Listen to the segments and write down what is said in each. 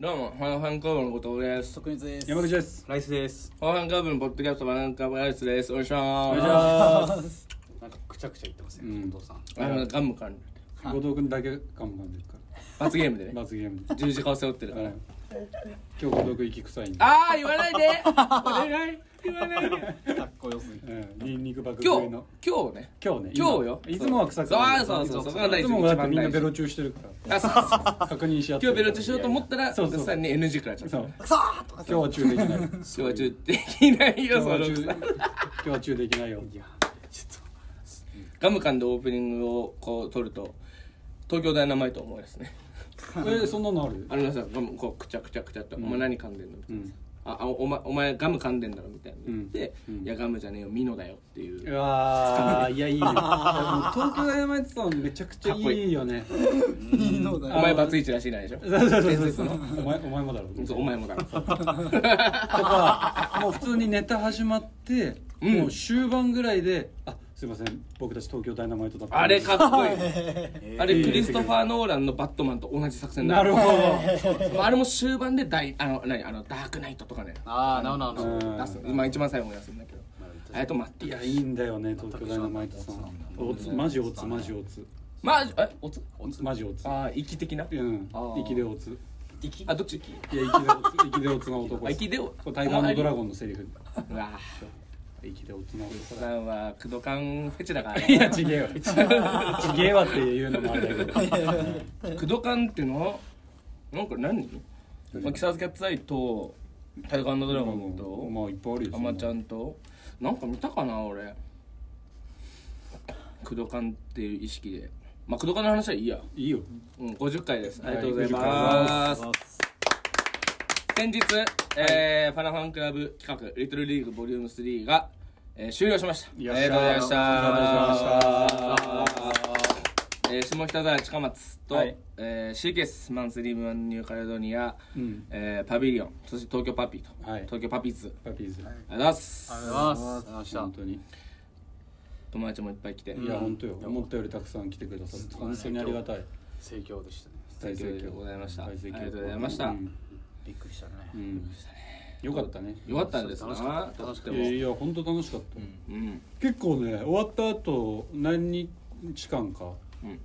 どうも、ファンファンクラブの後藤です。徳光です。山口です。ライスです。ファンファンクラブのポッドキャスト、ファンファンクラブライスです。お願いしまおす。願いしなんかくちゃくちゃ言ってません、うんお父さん。あの、ガムかんでます。後藤君だけガムガムでいくか罰ゲームでら。ね。罰ゲームで。十字架を背負ってるから。はい今日後藤君息臭いんで。あー、言わないで お願い言わないでかっこよすぎうん。ニンニク爆今食い日の。、今日ね。今日ね。今日よ。いつもは臭くない。そうそうそう、そこがい大つ事。もはだってみんなベロチ。中してるかあ、そうそうら。確認し合って今日ベるから。ロチしようと思ったら、そうそうお客さんに NG くらいちゃった。今そう。今日は中できない。今日は中できないよ、日そはの中。さ今日は中できないよ。いや、ちょっガムかんでオープニングをこう撮ると、東京ダイナマイト思いですね。えそんなのあるあ？れがさ、ガムこう、くちゃくちゃくちゃって、お前何噛んでんのみたいなうん。ああお前お前ガム噛んでんだろみたいな言って、うんうんいやガムじゃねえよミノだよっていううわーいやいいね。もう東京ダイナマイトさんめちゃくちゃいいよね。いいのだおよ。前バツイチらしいないでしょそうそうそうそう。お前お前もだろ。そうお前もだろとかもう普通にネタ始まって、うんもう終盤ぐらいで「あすいません僕たち東京ダイナマイトだったあれかっこいえいーあれクリストファー・ノーランのバットマンと同じ作戦だなるほどどあれも終盤で大あの何あのダークナイトとかねああ、なおなおなお。うん出すまあ一番最後に出すんだけどあれと全いくやいいんだよね東京ダイナマイトさ全んくおつマジおつマジおつまあえおつマジおつああ息的なうんあー生きでおつ息あどっち息いや生きでおつ生きでおつな男あ息でおこれタイガーのドラゴンのセリフうわあ生きでおつな男普段はクドカンフェチだからいやちげえわちげえわっていうのもあれだけどクドカンってのなんか何まあ、木更津キャッツアイと「タイガ ードラゴン」とまあいっぱいある「よあまちゃん」となんか見たかな俺クドカンっていう意識でまあクドカンの話はいいや、いいようん、50回ですありがとうございはます、先日、えーパラファンクラブ企画「リトルリーグボリューム3が、えー終了しましたありよがとっしうございゃまーしたありがとうございまえー下北沢近松と、はいえー、CKS マンスリーブマンニューカレドニア、うんえーパビリオンそして東京パピーと、はい東京パピーズパピーズありがとうございます、ありがとうございます。ありがとう本ござい当に友達もいっぱい来ていや本当よ思ったよりたくさん来てくださって本当にありがたいました。盛況でしたね。大盛況でございました大盛況ありがとうございましたうんびっくりしたね。うんよかったねよかったんです楽しかなったとっていもやいや本当楽しかったうん結構ね終わった後何日間かうん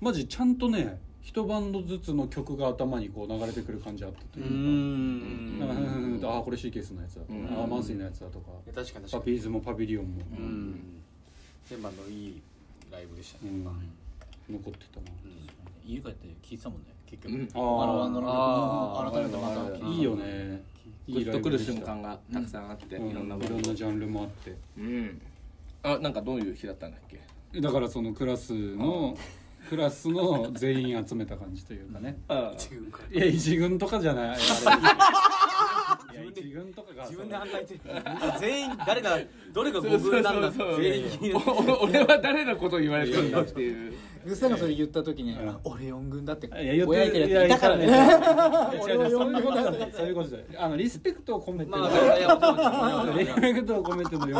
マジちゃんとね一バンドずつの曲が頭にこう流れてくる感じあったとういーん。うかなんかふんふんふんとああこれ CKS のやつだとうんかああマンスリーのやつだとかいや確かにパ確かピに。ーズもパビリオンもうん。テンバのいいライブでしたうね。ん残ってたな家帰って聞いてたもんね結う局、んあー他のバンドの曲あもー改めてまた聞いていいよねグいいッラとイくブるでし瞬た間がたくさんあって、うんいいろろんんななものジャンルもあってうんあなんかどういう日だったんだっけだからそのクラスのクラスの全員集めた感じというかねあっていうかいや一軍とかじゃないあれいや一軍とかが自分で考えてる。全員誰がどれが僕なん だ。全員。俺は誰のことを言われてるんだっていうぐっさんがそれ言った時にうん、俺四軍だって。いや言ってぼやいてるやついたからいやいね。や違う違う俺そは呼うんいうでこもとじらゃっないそういうことじゃないあのリスペクトを込めてまあのそれはやば リスペクトを込めての呼ぶ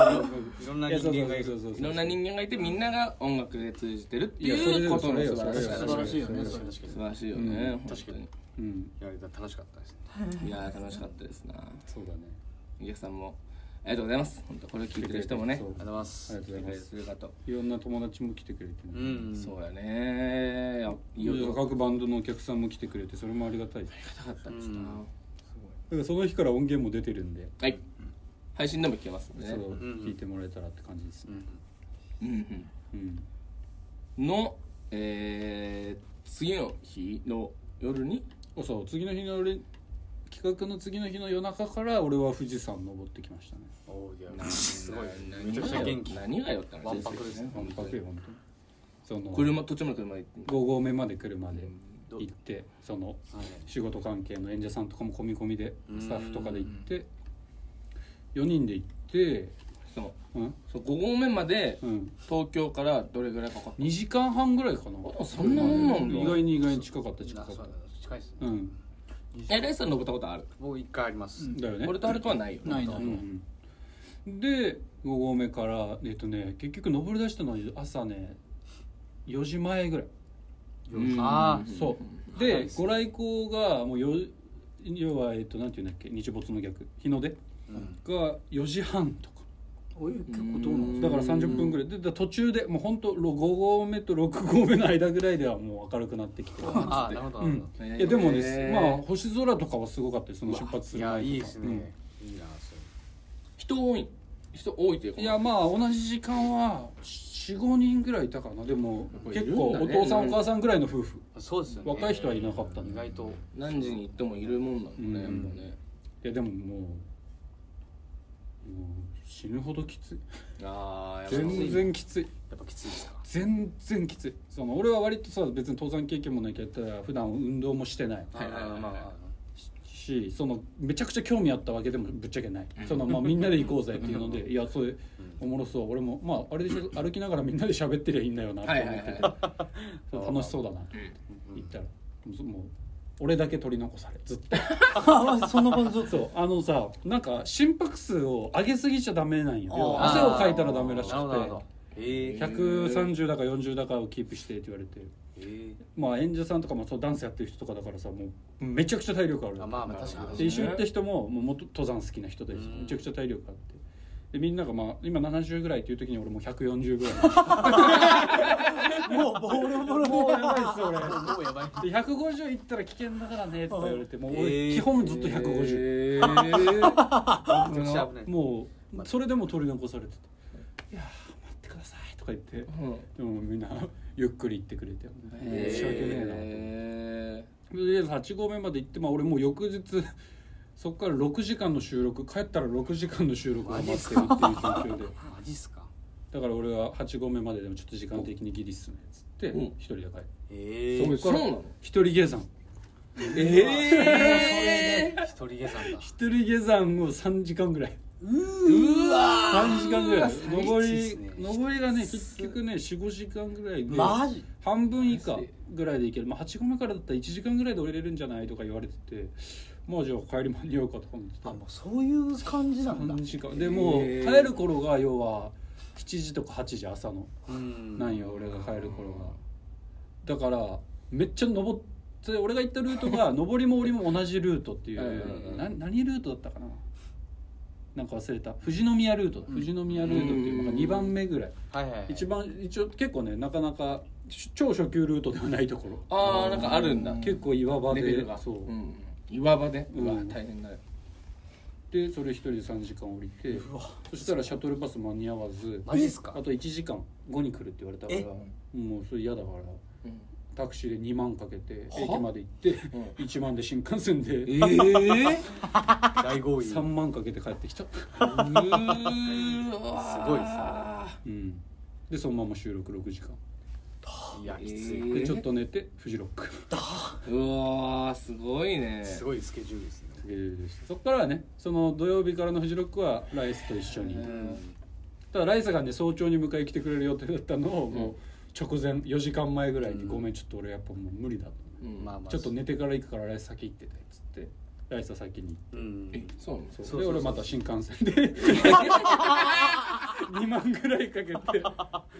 いろんな人間がいるそうそうそうそういろんな人間がいてみんなが音楽で通じてるっていやそれいでうことの素晴それらしでさ素晴らしいよね。それい。確かに確素晴らかに。しいよね、本当にうんいや楽しかったですね。いやー楽しかったですなそうだねお客さんもありがとうございます本当これを聞いてる人もねそうありがとうございまありすが。と聞いてくれてる方うございますいろんな友達も来てくれてねうん。そうやねいやいよいよ各バンドのお客さんも来てくれてそれもありがたいだ高かったですな、うんからその日から音源も出てるんで、はい配信でも聞けますんでそねれをううん聞いてもらえたらって感じですね、んうんうんのえー、次の日の夜におそう次の日の俺企画の次の日の夜中から俺は富士山登ってきましたねおーいやすごい。めちゃ何くちがゃよ元気。何がよってわ話んですぱくですね。万泊よ本当にその車途中まで車で行って5合目まで車でど行ってそのはい仕事関係の演者さんとかも込み込みでスタッフとかで行って4人で行ってそのうん、そ5合目までうん、東京からどれぐらいかかった2時間半ぐらいかなあそんなもんなんだ意外に意外に近かった近なかっそうだた近いですね。うんえレイさん登ったことある僕一回あります。だよね俺とあれとはないよねないなうい。んで5合目からえっとね結局登り出したのは朝ね4時前ぐらいうんあそうで早いっすねご来光がもうよ要はえっとなんていうんだっけ日没の逆日の出うんが4時半とかおい結構どうなんんですかだから30分ぐらいでだ途中でもう本当5合目と6合目の間ぐらいではもう明るくなってきてああなるほどうなるほんど、へーいやでもねまあ星空とかはすごかったですその出発すいるや前とかいいですうんね、いいなそれ人多い人多いっていうかいやまあ同じ時間は45人ぐらいいたかなでもぱいるんだね結構お父さんお母さんぐらいの夫婦そうですよね若い人はいなかったん意で外と何時に行ってもいるもんなんだね、うんやっぱねいやでももうもう死ぬほどきついあやっぱ全全然然きついやっぱきついですか全然きついその俺は割とさ別に登山経験もないけど普段運動もしてないはいはいはいはいまあまあしそのめちゃくちゃ興味あったわけでもぶっちゃけないその、まあ、みんなで行こうぜっていうのでいやそれおもろそう俺もまああれでしょ歩きながらみんなで喋ってりゃいいんだよなと思ってて、そう楽しそうだなって言ったら、もうそもう俺だけ取り残されずっとあ そんな感じだったそうあのさなんか心拍数を上げすぎちゃダメなんよあー汗をかいたらダメらしくなるほどなるほどてええ130だか40だかをキープしてって言われてえまあ演者さんとかもそうダンスやってる人とかだからさもうめちゃくちゃ体力あるえあまあまあ確かでに一緒行った人ももう元登山好きな人でうんめちゃくちゃ体力あってでみんながまあ今70ぐらいっていう時に俺もう140ぐらいもうボロボロもうやばいっす俺もうやばい で150行ったら危険だからねって言われてもうえ俺ー基本ずっと150、えーめちゃくちゃ危ないもうそれでも取り残されてて「いやー待ってください」とか言ってうんでもみんなゆっくり行ってくれてえー申し訳ねえなとえりあえず8合目まで行ってまあ俺もう翌日 そこから6時間の収録帰ったら6時間の収録を待ってるっていう状況で。マジっすかだから俺は8合目まででもちょっと時間的にギリっすねっつってうん一人で帰るええー、そそううななのの一人下山え一人下山だ一人下山を3時間ぐらいうわ3時間ぐらい上きついりっすね上りがね結局ね45時間ぐらいでマジ半分以下ぐらいで行ける、まあ、8合目からだったら1時間ぐらいで降りれるんじゃないとか言われててまあじゃあ帰り間に合うかとか思ってあたもうそういう感じなんだ3時間でもうへー帰る頃が要は7時とか8時朝のうんなんよ俺が帰る頃がだからめっちゃ登って俺が行ったルー トが上りも降りも同じルートっていうんうんううんな何ルートだったかななんか忘れた富士宮ルートだ富士宮ルートっていうなんか2番目ぐらいはいはい一番一応結構ねなかなかし超初級ルートではないところあーなんかあるんだ結構岩場レでベルがそう、ん、岩場でううんわ大変だよでそれ一人で3時間降りてそしたらシャトルバス間に合わずマジっすかあと1時間後に来るって言われたからえもうそれ嫌だからうんタクシーで2万かけて駅まで行って1万で新幹線でえー、大豪3遊万かけて帰ってきた、うーわすごいっうん、でそのまま収録6時間いやきつえいーでちょっと寝てフジロックうわーすごいねすごいスケジュールですねそっからはねその土曜日からのフジロックはライスと一緒にうんただライスがね早朝に迎え来てくれる予定だったのをもう直前4時間前ぐらいに「うんごめんちょっと俺やっぱもう無理だ」うんまあまあちょっと寝てから行くからライス先行ってて」っつってライスは先に行って。うんえそうなのそうで俺また新幹線 で2万ぐらいかけて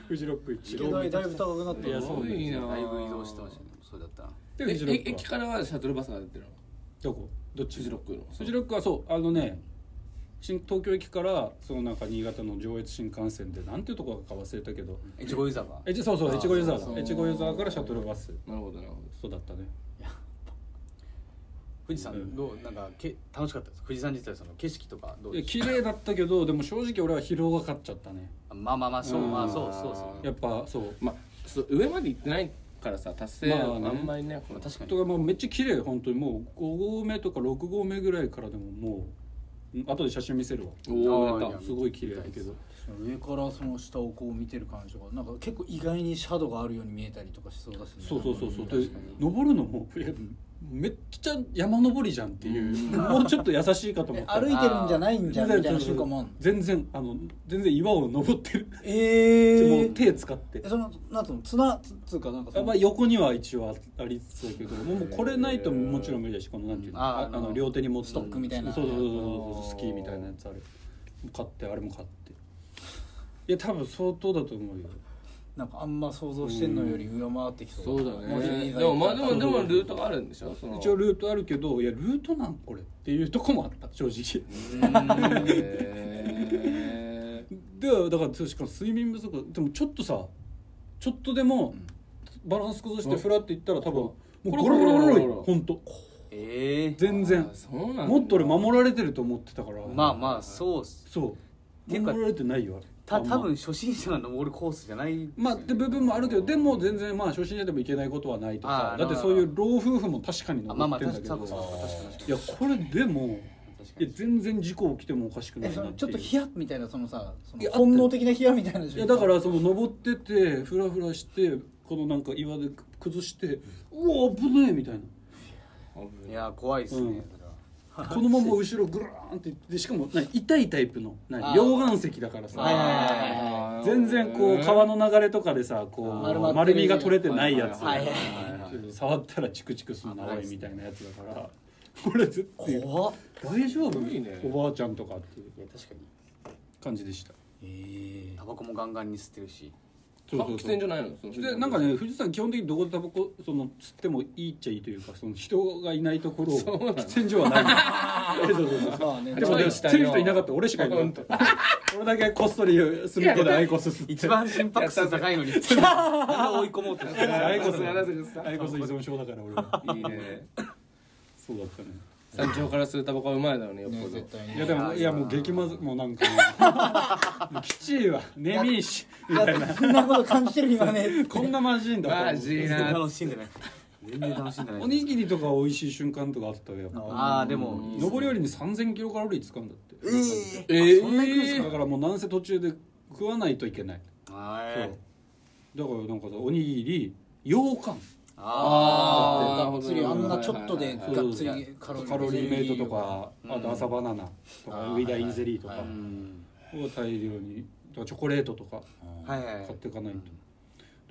フジロックい一け応ないだいぶ高くなったいやすそうごいなだいぶ移動してましたねそれだったらでフえジロッえクは駅からはシャトルバスが出てるのどこどっちフジロックのフジロックはそうあのね新東京駅からそのなんか新潟の上越新幹線でなんていうとこか忘れたけどえちごユーザーがえちそうそうあ越後湯沢そうだそう越後湯沢からシャトルバスなるほどなるほそうだったね富士う山んどうなんかけ楽しかったです富士山自体その景色とかどういやでし綺麗だったけどでも正直俺は疲労が勝っちゃったねたまあまあまあそううんまあそうそうですねやっぱそうどまあそう上まで行ってないからさ達成まあはねあんまりね,、まあ確かとにかもうめっちゃ綺麗よ本当にもう5合目とか6合目ぐらいからでももう後で写真見せるわおーやったすごい綺麗だけど上からその下をこう見てる感じがなんか結構意外にシャドウがあるように見えたりとかしそうだしね、そうそうそうそうなんかねで登るのもいやめっちゃ山登りじゃんっていうもうちょっと優しいかと思えった歩いてるんじゃないんじゃんみたいな瞬間もあんの全然あの全然岩を登ってる、えもうー、手使ってえそのなんつうの綱つつうかなんかそあのまあ、横には一応ありつつだけどもうもうこれないともちろん無理だしこのなんていうのああああのの両手に持つストックみたいなそうそうそうそうそうスキーみたいなやつある買ってあれも買っていや多分相当だと思うよなんかあんま想像してんのより上回ってきそうそうだもしねいざでもまあでもで行っもルートがあるんでしょその一応ルートあるけどいやルートなんこれっていうとこもあった正直へでだからそうしかも睡眠不足でもちょっとさちょっとでもバランス崩してフラっていったら多分もうこゴれロゴロゴロこれこれこれゴロ本当ええ全ー然あそうなんだもっと俺守られてると思ってたからまあまあそうっすそうていうか守られてないよあれたあんま多分初心者が登るコースじゃないまあって部分もあるけどでも全然まあ初心者でもいけないことはないとあかーだってそういう老夫婦も確かにあまあ登まっあてんだ確けかどに確かに確いやこれでもいかやに全然事故起きてもおかしくなえいそなのってちょっというヒヤッみたいなそのさそいやの本能的なヒヤッみたいないいやだからその登っててフラフラしてこのなんか岩で崩してうわ危ねえみたいなにいや怖いっすうねんそれはこのまま後ろグラーンっていってでしかも何痛いタイプの何あー溶岩石だからはいはいさはいあはいー全然こう川の流れとかでさこ丸まうってる丸みが取れてないやつはいはいちょっと触ったらチクチクするなおいみたいなやつだからこれ絶対怖っ大丈夫いいねおばあちゃんとかっていういや確かに感じでしたえタバコもガンガンに吸ってるしそうそうそう喫煙じゃないのそのでなんかね藤田さん基本的にどこでタバコその吸ってもいいっちゃいいというかその人がいないところを喫煙所はないそうそうそうまあねでもね注意した吸いっよてる人いなかった俺しかいなかった俺だけこっそり隅っこでアイコス吸って一番心拍数高い のにそれを追い込もうとしてるアイコスやらせてさアイコス依存症だから俺はいいねそうだったね山頂からするタバコはうまいだろうねよっねぽ絶ど対にいやでもいやもう激まずもうなんかもうきちいわねみいしみたいなそんなこと感じてる今ねこんなマジいんだと思ってマジいな楽しんでない全然楽しんでないおにぎりとか美味しい瞬間とかあったよやっぱああでもいいっすね上りよりに3000キロカロリー使うんだってえそんなに食うんすーだからもうなんせ途中で食わないといけない、はそういだからなんかさおにぎり羊羹ああーがっつりあんなちょっとではいがっつりカロリーカロリーメイトとかうんあと朝バナナとかあーウイダインゼリーとかはあいうんを大量にだからチョコレートとかはいはいは買いっていかないと、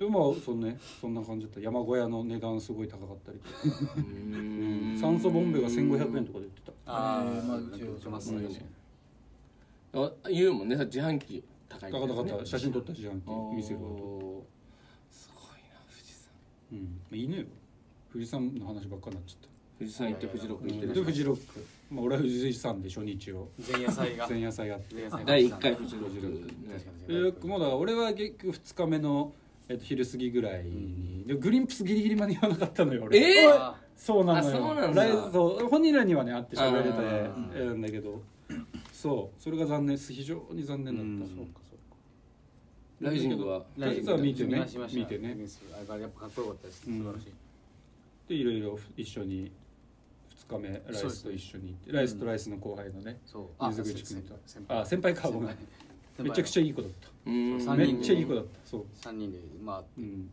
でまあそのねそんな感じだった山小屋の値段すごい高かったりとかうーん酸素ボンベが1500円とかで売ってたあえーーまなあんか売ってますうねんあ言うもんねさ自販機高い高かったね写真撮ったじゃんっておー店が、すごいな富士山うん、いいねよ富士山の話ばっかになっちゃった富士山行って富士ロック行ってでるフジロック、まあ、俺は富士山で初日を前夜祭が前夜祭やって前夜祭が第一回富士ロック確かにでよくまだ俺は結局2日目の、えっと、昼過ぎぐらいに、でグリンプスギリギリ間に合わなかったのよ俺えーあそうなのあそうなよんだライブそう本人らにはね会って喋れあてーなんだけどそうそれが残念です非常に残念だったうんそうかそうかライジングはーライブ実は見て見ねました見てね見ましたあれやっぱかっこよかったです素晴らしいでいろいろ一緒に2日目ライそうでスすとね一緒に行ってライスとライスの後輩のねそう水口君と先あ先輩かごめんめちゃくちゃいい子だったうーんそう三め人っちゃいい子だったそう、 3人でまあうん、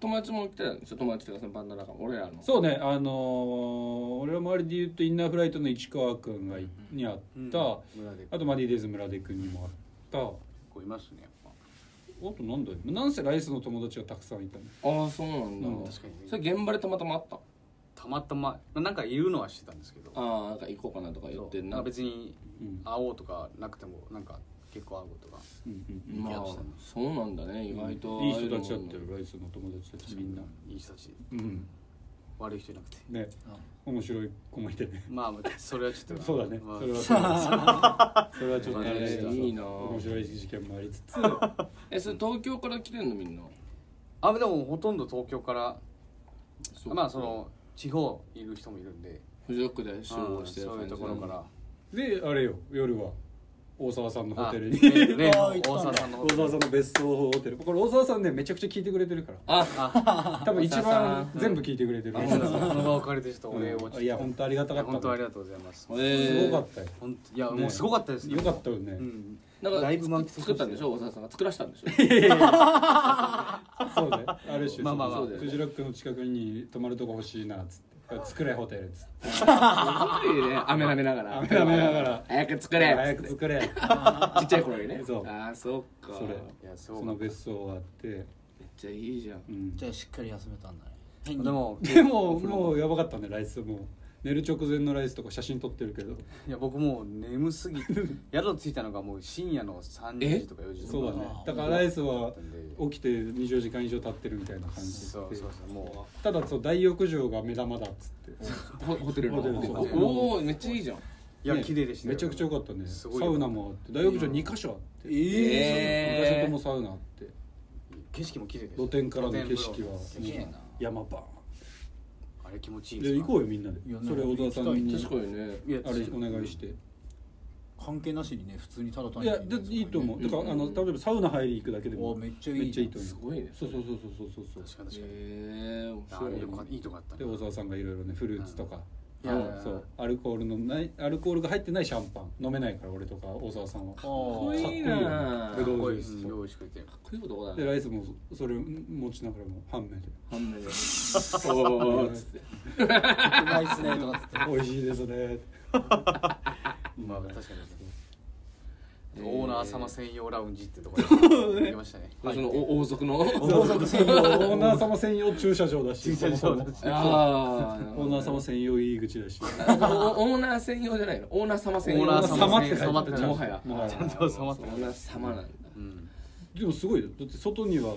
友達も来てたんでしょ友達とかそのバンドの中も俺らのそうねあのー俺の周りで言うとインナーフライトの市川君がいにあっうんた、村であとマディデイズ村出君にもあったこういますねやっぱあとなんだよなんせライスの友達がたくさんいたのああそうなんだ、うん確かにそれ現場でたまたまあったたまたままあなんかいるのはしてたんですけどああなんか行こうかなとか言そっうてんまなあ別にうん会おうとかなくてもなんか結構会うことがうんうんまあ行きましたねそうなんだね意外と、いい人たちだったよライスの友達たちみんな、いい人たちうん、悪い人いなくてね面白い子もいてねまあまあそれはちょっと そうだねまあそれは そうだねそれはちょっとあれでしたいいな面白い事件もありつつえそれ東京から来てんのみんなあでもほとんど東京からそうまあその地方いる人もいるんでフジロックで集う合んしてそういうところからであれよ夜は大沢さんのホテル にあねねあ行ったんだ大沢さんの大沢さんの別荘ホテルこれ大沢さんねめちゃくちゃ聞いてくれてるからあ多分一大沢番さん全部聞いてくれてる、あそうですこの場を借りてちょっとお礼をちょっうとんいや本当ありがたいかやった本当ありがとうございますえすーごかったよ本当いやねもうすごかったですよかったよね、うんなんかだいぶ満喫作ったんでしょ大沢さんが作らしたんでしょそうねある種まあまあまあそうだよフジロックの近くに泊まるとこ欲しいなっつって作れホテルっつってすごいね雨舐めながら雨舐めながら早く作れ早く作れちっちゃい頃にねそうああそっかそれいやすそごかのった別荘があって、めっちゃいいじゃんうんじゃあしっかり休めたんだねでもでももうやばかったねライスもう寝る直前のライスとか写真撮ってるけどいや僕もう眠すぎ て宿着いたのがもう深夜の3時とか4時とかそうだねだからライスは起きて24時間以上経ってるみたいな感じでそうそうそうもただそう大浴場が目玉だっつってホホテルのホテルのおおーめっちゃいいじゃんういやね綺麗でしたよめちゃくちゃ良かったねサすごいよウナもあって大浴場2箇所あって2箇所えともーサウナあって景色も綺麗でした露天からの景色は露天風呂もう山バあれ気持ちいーいンでです行こうよみんなでいやそれ小沢さんに行き確かにねいやあれお願いして関係なしにね普通にただ単いにやでいいと思うだからあの例えばサウナ入り行くだけでもおめっちゃいいめっちゃいいとす思うごいねそうそうそうそうそうそう確かに確かにえー面あ白いれねよかったいいとこあったで小沢さんがいろいろねフルーツとか、うんあのいやそうアルコールのないアルコールが入ってないシャンパン飲めないから俺とか大沢さんはかっこいいよなぶすどごういですジューごスいと美味しくてかっこいい男だでねライスもそれ持ちながらも半目で半面で おーっつって うまいっすねとかっつっ「て美味しいですねまあ確かにえーオーナー浅間専用ラウンジってところに行きましたねあそのお王族の」王族専用オーナー様専用駐車場だし駐車場だしそもそもあーオーナー様専用入り口だしおオーナー専用じゃないのオーナー様専用オーナー様様って書いてあるもはやもはちゃんやと収まっオてーナー様なんだうんでもすごいよだって外には、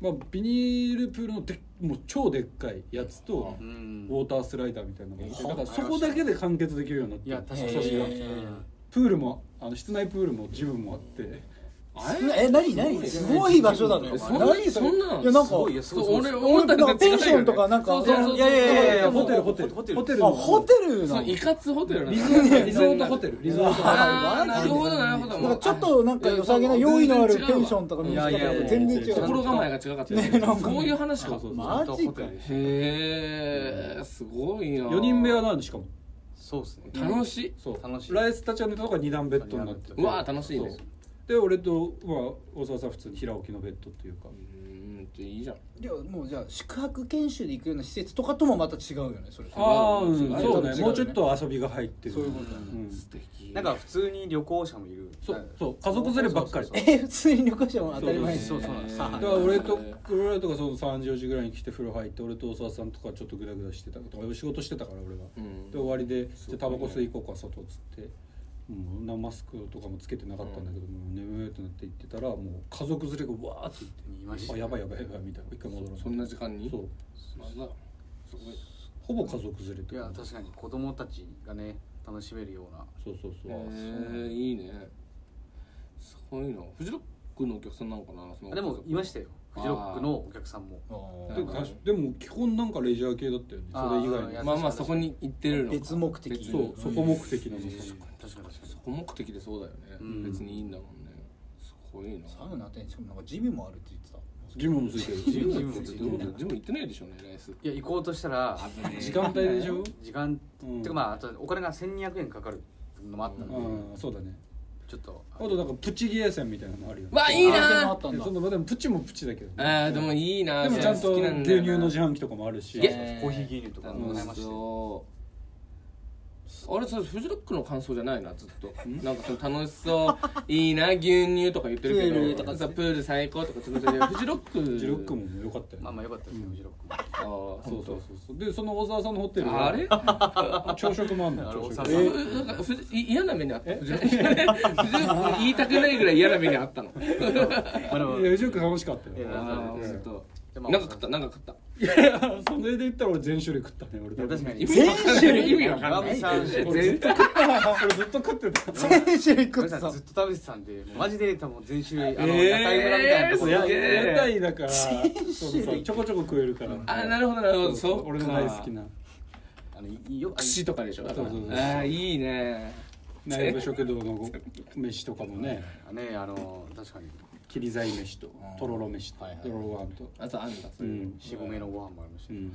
まあ、ビニールプールのでっもう超でっかいやつと、うんウォータースライダーみたいなのがあってうんだからそこだけで完結できるようになっていや確かに組織がへープールもあの室内プールもジムもあってあえ何何すごい場所だねえそんな何そんなのいやなんすかごいよすそごいう俺すごいすごい思ったのなんかペンションとかなんかそうそうそういやいやいやいやホテルホテルホテルホテルあのホテルそなののいかつホテルなリゾのートリゾートホテルリゾートホテルあーなるほどなるほどなんもかうちょっとなんか良さげな用意のあるペンションとか見いつやけいたやらもう全然違う心構えが違かったよねねなんそかういう話そかうそうそうマジかへえすごいな4人部屋なんでしかもそうですね楽しいそう楽しいライスたちは寝たとか2段ベッドになっててうわー楽しいねそうで俺と、まあ、大沢さん普通に平置きのベッドっていうかうーんいいじゃんいやもうじゃあ宿泊研修で行くような施設とかともまた違うよねそれああうん違うそう違うねねもうちょっと遊びが入ってるそういうことだうん素敵なんか普通に旅行者もいるそうそう家族連ればっかりそうそうそうそうえ普通に旅行者も当たり前そうそうそうなんですはだいから俺と俺らとかその34時ぐらいに来て風呂入って俺と大沢さんとかちょっとグダグダしてたとか仕事してたから俺が、うんで終わりで「すじごゃいねあタバコ吸い行こうか外」っつって。もうなマスクとかもつけてなかったんだけど、もう眠いってなって行ってたらもう家族連れがわーってい言まっして「たあやばいやばいやばい」みたいな一回戻らないそんな時間にそうまずはすごいほぼ家族連れっていや感じ確かに子供たちがね楽しめるようなそうそうそう、へえいいねすごいなフジロックのお客さんなのかなそのあでもいましたよフジロックのお客さんもあでーも確かでも基本なんかレジャー系だったよねそれ以外あーのまあまあそこに行ってるのか別目的別そうそこ目的な確かのに確かにそこ目的でそうだよね、うん別にいいんだもんねすごいなサウナってしかもなんかジムもあるって言ってたジムもついてるジしム ジムってどういうことジム行ってないでしょうねライスいや行こうとしたら時間帯でしょ時間うんてかまああとお金が1200円かかるのもあったんでうんそうだねちょっとあとなんかプチゲーセンみたいなのあるよねわいいあでもあなったんでだそのまあでもプチもプチだけどねああでもいいなでもちゃんと好きな牛んだよな乳の自販機とかもあるしいやえーコーヒー牛乳とかもらいま楽ししたそうあれそれフジロックの感想じゃないなずっとなんかその楽しそう いいな牛乳とか言ってるけどプールとかってさプール最高とかちょっといやフジロックジロックも良かったよまあねまあよかったですねフジロックもああそそうそうそううそうそうでその大沢さんのホテルはあれ朝食もあんのあれ朝大沢食さんなんか ふじい嫌な目にあったフジロックフジロック言いたくないぐらい嫌な目にあったのまあでもいやジロック楽しかったよいやあうあんずっとでもなんか食ったなんか食ったいやそれで言ったら俺全種類食ったね俺いや確かに全種類意味わかん岩ない見さん岩俺ずっと食ってた俺ずっと食ってた先週行く見ってささんずっと食べてたんでマジで多分全種類あのえー屋台村みたいなとこそうろ屋すげえ屋台だからそうそうちょこちょこ食えるからあなるほどなるほどそう俺の大好きなあのいいよあの串とかでしょだからそうそうそうああいいね内部食堂のご飯とかもねねあの確かに切り材飯ととろろ飯とはいはいとろろご飯とあとあんだそうういうのん渋めのご飯もありましたねうん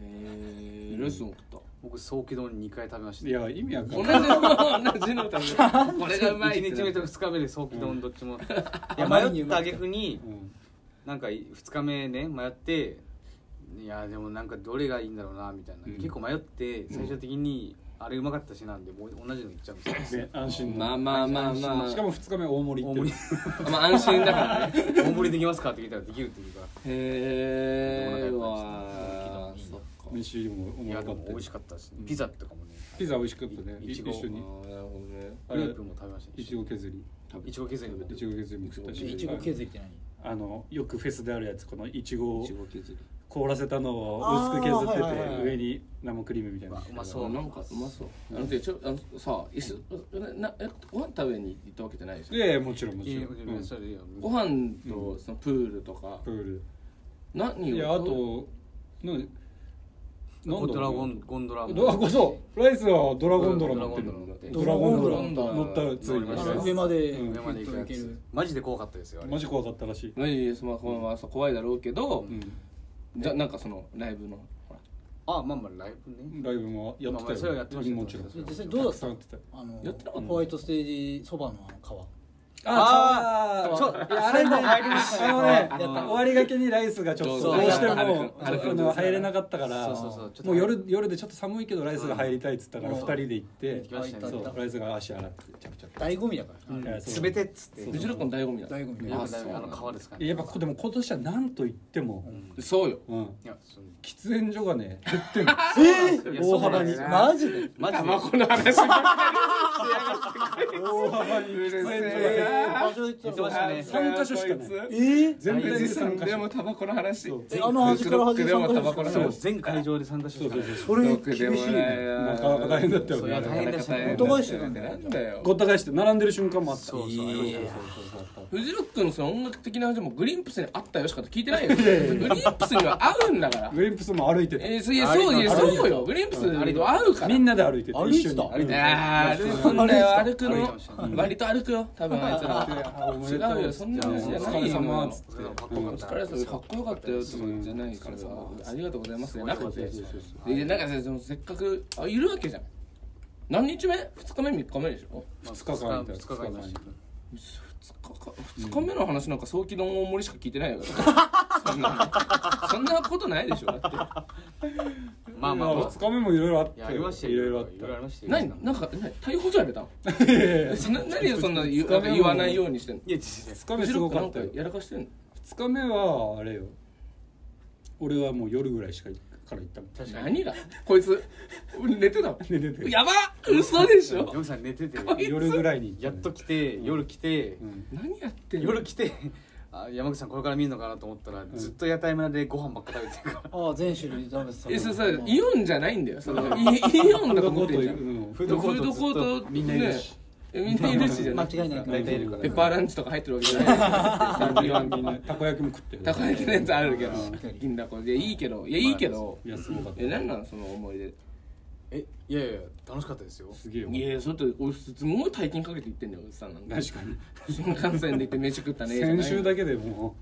へえレッスン送った僕早期丼2回食べましたいや意味わか同んじないの同じの食べるこれがうまいって1な日目と2日目で早期丼どっちも、いや迷った挙句にうんなんか2日目ね迷っていやでもなんかどれがいいんだろうなみたいな、うん結構迷って最終的に、あれうまかったしなんでもう同じのいっちゃうんですよ ね安心まあなまあまあまあしかも2日目大盛り大行って盛るりまあ安心だから ね大盛りできますかって聞いたらできるっていうかへえわーそっか飯もい面や白でかっも美た味ししかったですねピザとかもねピザ美味しかったねいいいちご一緒にあーなるほどねあクレれープも食べましたいちご削り食べいちご削りもいちご削りも食ったしいちご削りって何あのよくフェスであるやつこのいちごいをちご削り凍らせたのを薄く削ってて、あーはいはいはい上に生クリームみたいなうわうまそうなんかうまそうあのでちょあのさ椅子ななえご飯食べに行ったわけじゃないでしいょやいやもちろんもいちいろん、ねうんそれいいよご飯とそのプールとかプール何をいやあとなんなんドだラろゴうンゴンドラドラゴンそうライスはドラゴンドラ乗ってるドドララゴゴンンドドララ乗乗っったたららついついににねあの上までうん上まで行くやふっと行けつるマジで怖かったですよあれマジ怖かったらしい、マジでスマホは怖いだろうけどうんじゃなんかそのライブのほらあまあまあライブねライブもやってまあまあたそれはよ、やってましたもちろんやってでま実際たどうくだっさたんやってたよあやってなかのったホワイトステージそばのあの川あーーそうあれねあのね終わりがけにライスがちょっそとうどうしても歩く歩くあの入れなかったからそうそうそうちょっともう夜夜でちょっと寒いけどライスが入りたいっつったからうん二人で行って行きましたねそ行っうたライスが足洗ってちゃぶちゃぶ醍醐味だからいやそう全てっつってフジロックの醍醐味だ醍醐味いだやかあらの川ですかねやっぱこでも今年はなんと言っても、そうようんいやそう喫煙所がね減ってんのいや大幅にそうだよねマジでマジでまあこの話が大幅に喫煙所が場所行ってた忙しいらね三箇所しかないえー全体富で士山3箇でも所タバコの話そうえあの端から端フジロックでもタバコのそ話全会場で参加してたそれ厳しいねなかなか大変だったよいや大変ねだしねお互いしてたんだよなんだよごった返して並んでる瞬間もあったそうそうありましたねフジロックのその音楽的な話もグリンプスに合ったよしかと聞いてないよグリンプスには合うんだからグリンプスも歩いててえー、そういやそういやそうよグリンプスと合うからみんなで歩いてて歩い一緒てに歩たいていてやー歩くんだよ歩く歩いてましたの割と歩くよ多分あいつらあおめでとう違うよそんな話じゃないよお疲れ様っつってかっこよかおった疲れ様かっこよかったよとかじゃないからさありがとうございますじゃなくてでなんかさそのせっかくあいるわけじゃん何日目 ?2 日目3日目でしょ2日間いた2日間いました2日か2日目の話なんか早期の大盛りしか聞いてないよそんなそんなことないでしょだってまあまあまあ2日目もいろいろあっいやあたりましたよいろいろあっいろいろありましたよ何なんか何逮捕状やめたのそんな何をそんな言うな二日目もんか言わないようにしてんのいや違う違うた2日目すごかったよなんやらかしてんの2日目はあれよ俺はもう夜ぐらいしかから行ったもん確か何にだこいつ俺寝てたの寝ててやばっ嘘でしょヨギさん寝ててこいつ夜ぐらいに行やたっねと来て夜来てうん何やってんの夜来てあ山口さんこれから見るのかなと思ったらずっと屋台村でご飯ばっか食べてるからああ全種類食べてたえそうそうイオンじゃないんだよそのイイオンだと思ってんじゃんうんフードコートフードコートずっとみんないるしえみんないるしじゃない間違いないから大体いるからペッパーランチとか入ってるわけじゃないイオンみん なたこ焼きも食ってるたこ焼きのやつあるけどうん銀だこでいいけどいやいいけどいやすごかったえ何なのその思い出えいやいや楽しかったですよすげえよいやそれって俺すごい大金かけて行ってんだよおじさんなん か確かに新幹線で行って飯食ったね先週だけけでも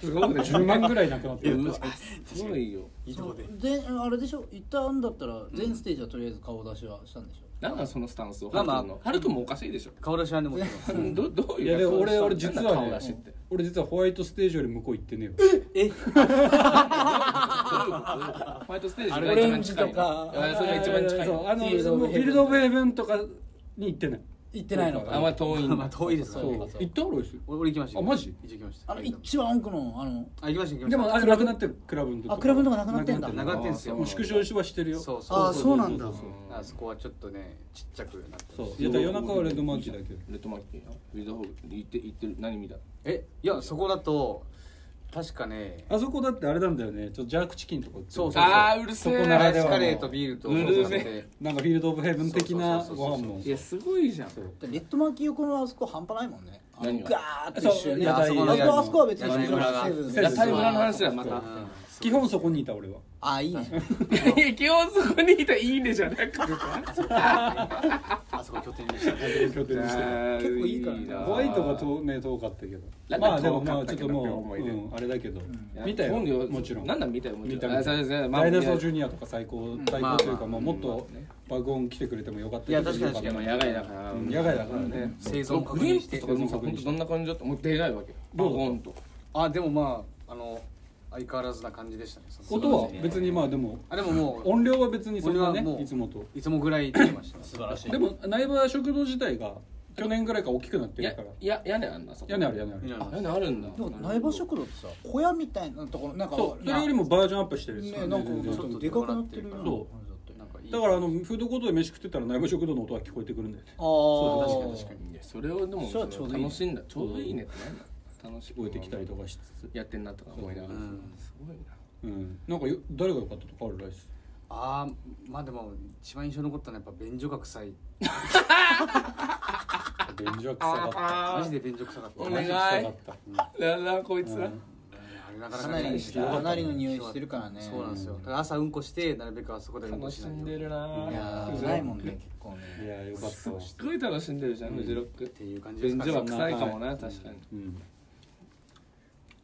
すごいうね10万ぐらいなくなっ てるうわすごいよいいとこでであれでしょ行ったんだったら全ステージはとりあえず顔出しはしたんでしょ何なんそのスタンスをまあまハあルくんのハルくんもおかしいでしょ顔出しはねもちろんどどういういやでも俺俺実は顔ね出しって俺実はホワイトステージより向こう行ってねえよえホワイトステージがオレ一ン番ジ近といのかいやそれが一番近いそうのあのフィールドオブもうフィールドオブヘブンとかに行ってない行ってないのあかんま遠いん まだあ遠いですかそらねう行った俺ですよ俺俺行きましたよあマジ一応行きましたあの一番奥のあのあ行きました行きましたでもあれなくなってるクラブのとこあクラブのとこなくなってんだ長かってんすよもう縮小はしてるよそうああそうなんだあそこはちょっとねちっちゃくなってそまうすいやだから夜中はレッドマンチだけどレッドマーキーやウィズホール行って行ってる何見たえいやそこだと確かねあそこだってあれなんだよねちょっとジャークチキンとか売ってるそうそうあーうるせそこえなラらイでスはカレーとビールとうるせえでなんかフィールドオブヘブン的なそうそうそうごそう飯もいやすごいじゃんそうレッドマーキー横のあそこ半端ないもんねあの何がガーッと一緒にねそうあそこの屋台あそこは別に屋台村がセブンセブ屋ン台村の話だよまた基本そこにいた俺はあいいねいや基本そこにいたらいいねじゃなくてあそこ拠点にした拠点にして結構いいからねなホワイトがとね遠かったけなんかどまあでもま遠あかちったょっけどともう思い出うんあれだけどいや見たよ本人はもちろんなんだ見たよもちろん見たあそうですねまあダイナソーいジュニアとか最高最まあ高というかままあもっと爆音来てくれてもよかったけどいや確かにやまあよかっ野外だからたうん野外だからね生その存グ確リー認ンしピースてとかでもさ本当どんな感じだったもう出ないわけよバどうコーンとあでもまああの相変わらずな感じでしたねその音は別にまあでもあでももう音量は別にそんな俺はもねういつもといつもぐらい出てました素晴らしいでも内部は食堂自体が去年ぐらいから大きくなっていやるからいや屋根あんなそこ屋根ある屋根ある屋根あ屋根あるんだなんか苗場食堂ってさ小屋みたいなところなんかそうそれよりもバージョンアップしてるねなんか全ち然ょっとでかくなってるようなそう感じだったよねなんかいいだからあのフードコートで飯食ってたら内部食堂の音は聞こえてくるんだよねああそう確かに確かにいやそれをでもそれはちょうどいい楽しんだちょうどいいねってなんだ楽し聞こえてきたりとかしつつ、やってんなとか思いながらうんすごいなうん、なんかよ誰が良かったとかあるらしいですああまあでも一番印象に残ったのはやっぱ便所が臭い便所は臭かっマジで便所臭かったおた願い便所は臭かったなんだこいつらあれなかなかかなねりかなりの匂いしてるからねそうなんですよだから朝うんこしてなるべくあそこでうんこ楽ししないよんうにでるなやーないもんね結構うんいねやよかったわすっごい楽しんでるじゃんフジロッっクていう感じです便か所はね臭いかもな確かにうん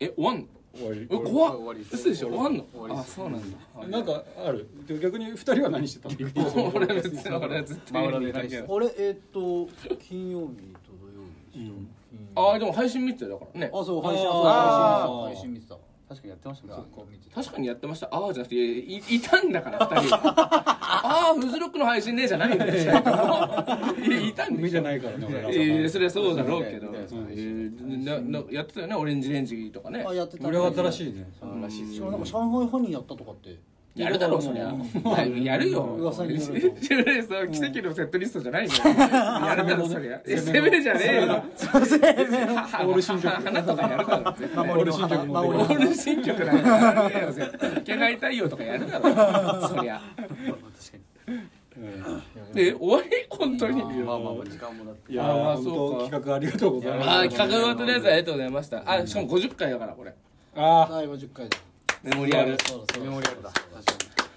え終わんの終わりえ怖っ終わり嘘でしょ終わんの終わりあそうなんだなんかあるで逆に二人は何してた の 俺は別に俺はずっと真裏で何してあた俺えっと金曜日と土曜日でしょうん金曜あでも配信見てたよだからね日あそう配信あーそう配信見てた配信見てたわ確かにやってましたねそっか見てた確かにやってましたああじゃなくていいいたんだから二人ああフジロックの配信ねじゃないんだよいやいたんで海しじゃょないからね俺らはええそれはそうだろうけど、みえたいなーななやってたよねオレンジレンジとかねあやってたこれは新しいねそうらしいしかもなんか上海ハニーやったとかってやるだろうそりゃやるよ噂によるとそれさ奇跡のセットリストじゃないじゃんやるだろそりゃえ攻めるじゃねえよオール新曲花とかやるだろ絶対オール新曲オもール新曲なんかやらねえよ絶対伺いたいよとかやるだろそりゃ確かで終わり本当ににまあまあまあ時間もらっていやあーーそう本か当企画ありがとうございますああ企画終わったやつありがとうございましたあしかも50回だからこれあ第50回だメモリアルそうだそうメだモリアルだ確かに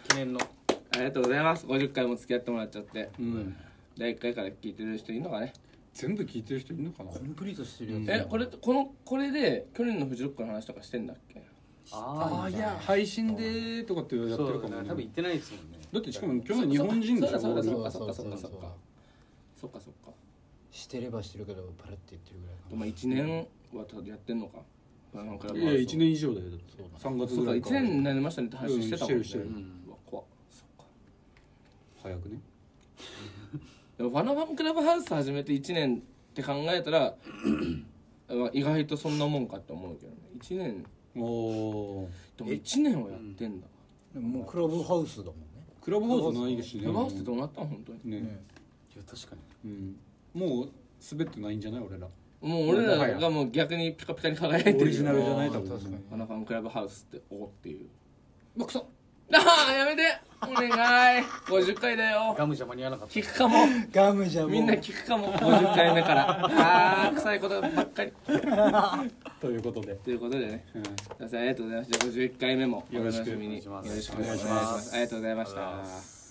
記念のありがとうございます50回も付き合ってもらっちゃってーうん第1回から聞いてる人いるのかね全部聞いてる人いるのかなコンプリートしてるやえつこれこのこれで去年のフジロックの話とかしてんだっけああいや配信でとかってやってそるうかだもね多分行ねってないですもんねだってしかも去年日本人でしょそうだ俺そらうだそうだそそううだだそそううだだそっかそっかしてればしてるけどパラって言ってるぐらいかなまあ1年はたやってんのかバナナクラブいや1年以上だよだってそう3だ月そうぐからい1から年になりましたねって話してたもんねうんしてるしてるうわ怖っそっか早くねでもバナナクラブハウス始めて1年って考えたら まあ意外とそんなもんかって思うけどね1年おおーでも1年はやってんだでももうクラブハウスだもんねクラブハウスないしねクラブハウスってどうなったの本当にねねいや確かにうんもう滑ってないんじゃない俺らもう俺らがもう逆にピカピカに輝いてるオリジナルじゃないあー多分確かにバナナクラブハウスっておっていうまくそああやめてお願い50回だよガムじゃ間に合わなかった聞くかもガムじゃもうみんな聞くかも50回目からああ臭いことばっかりということでということでねうん皆さんありがとうございました51回目もお楽しみによろしくお願いしますよろしくお願いしますありがとうございました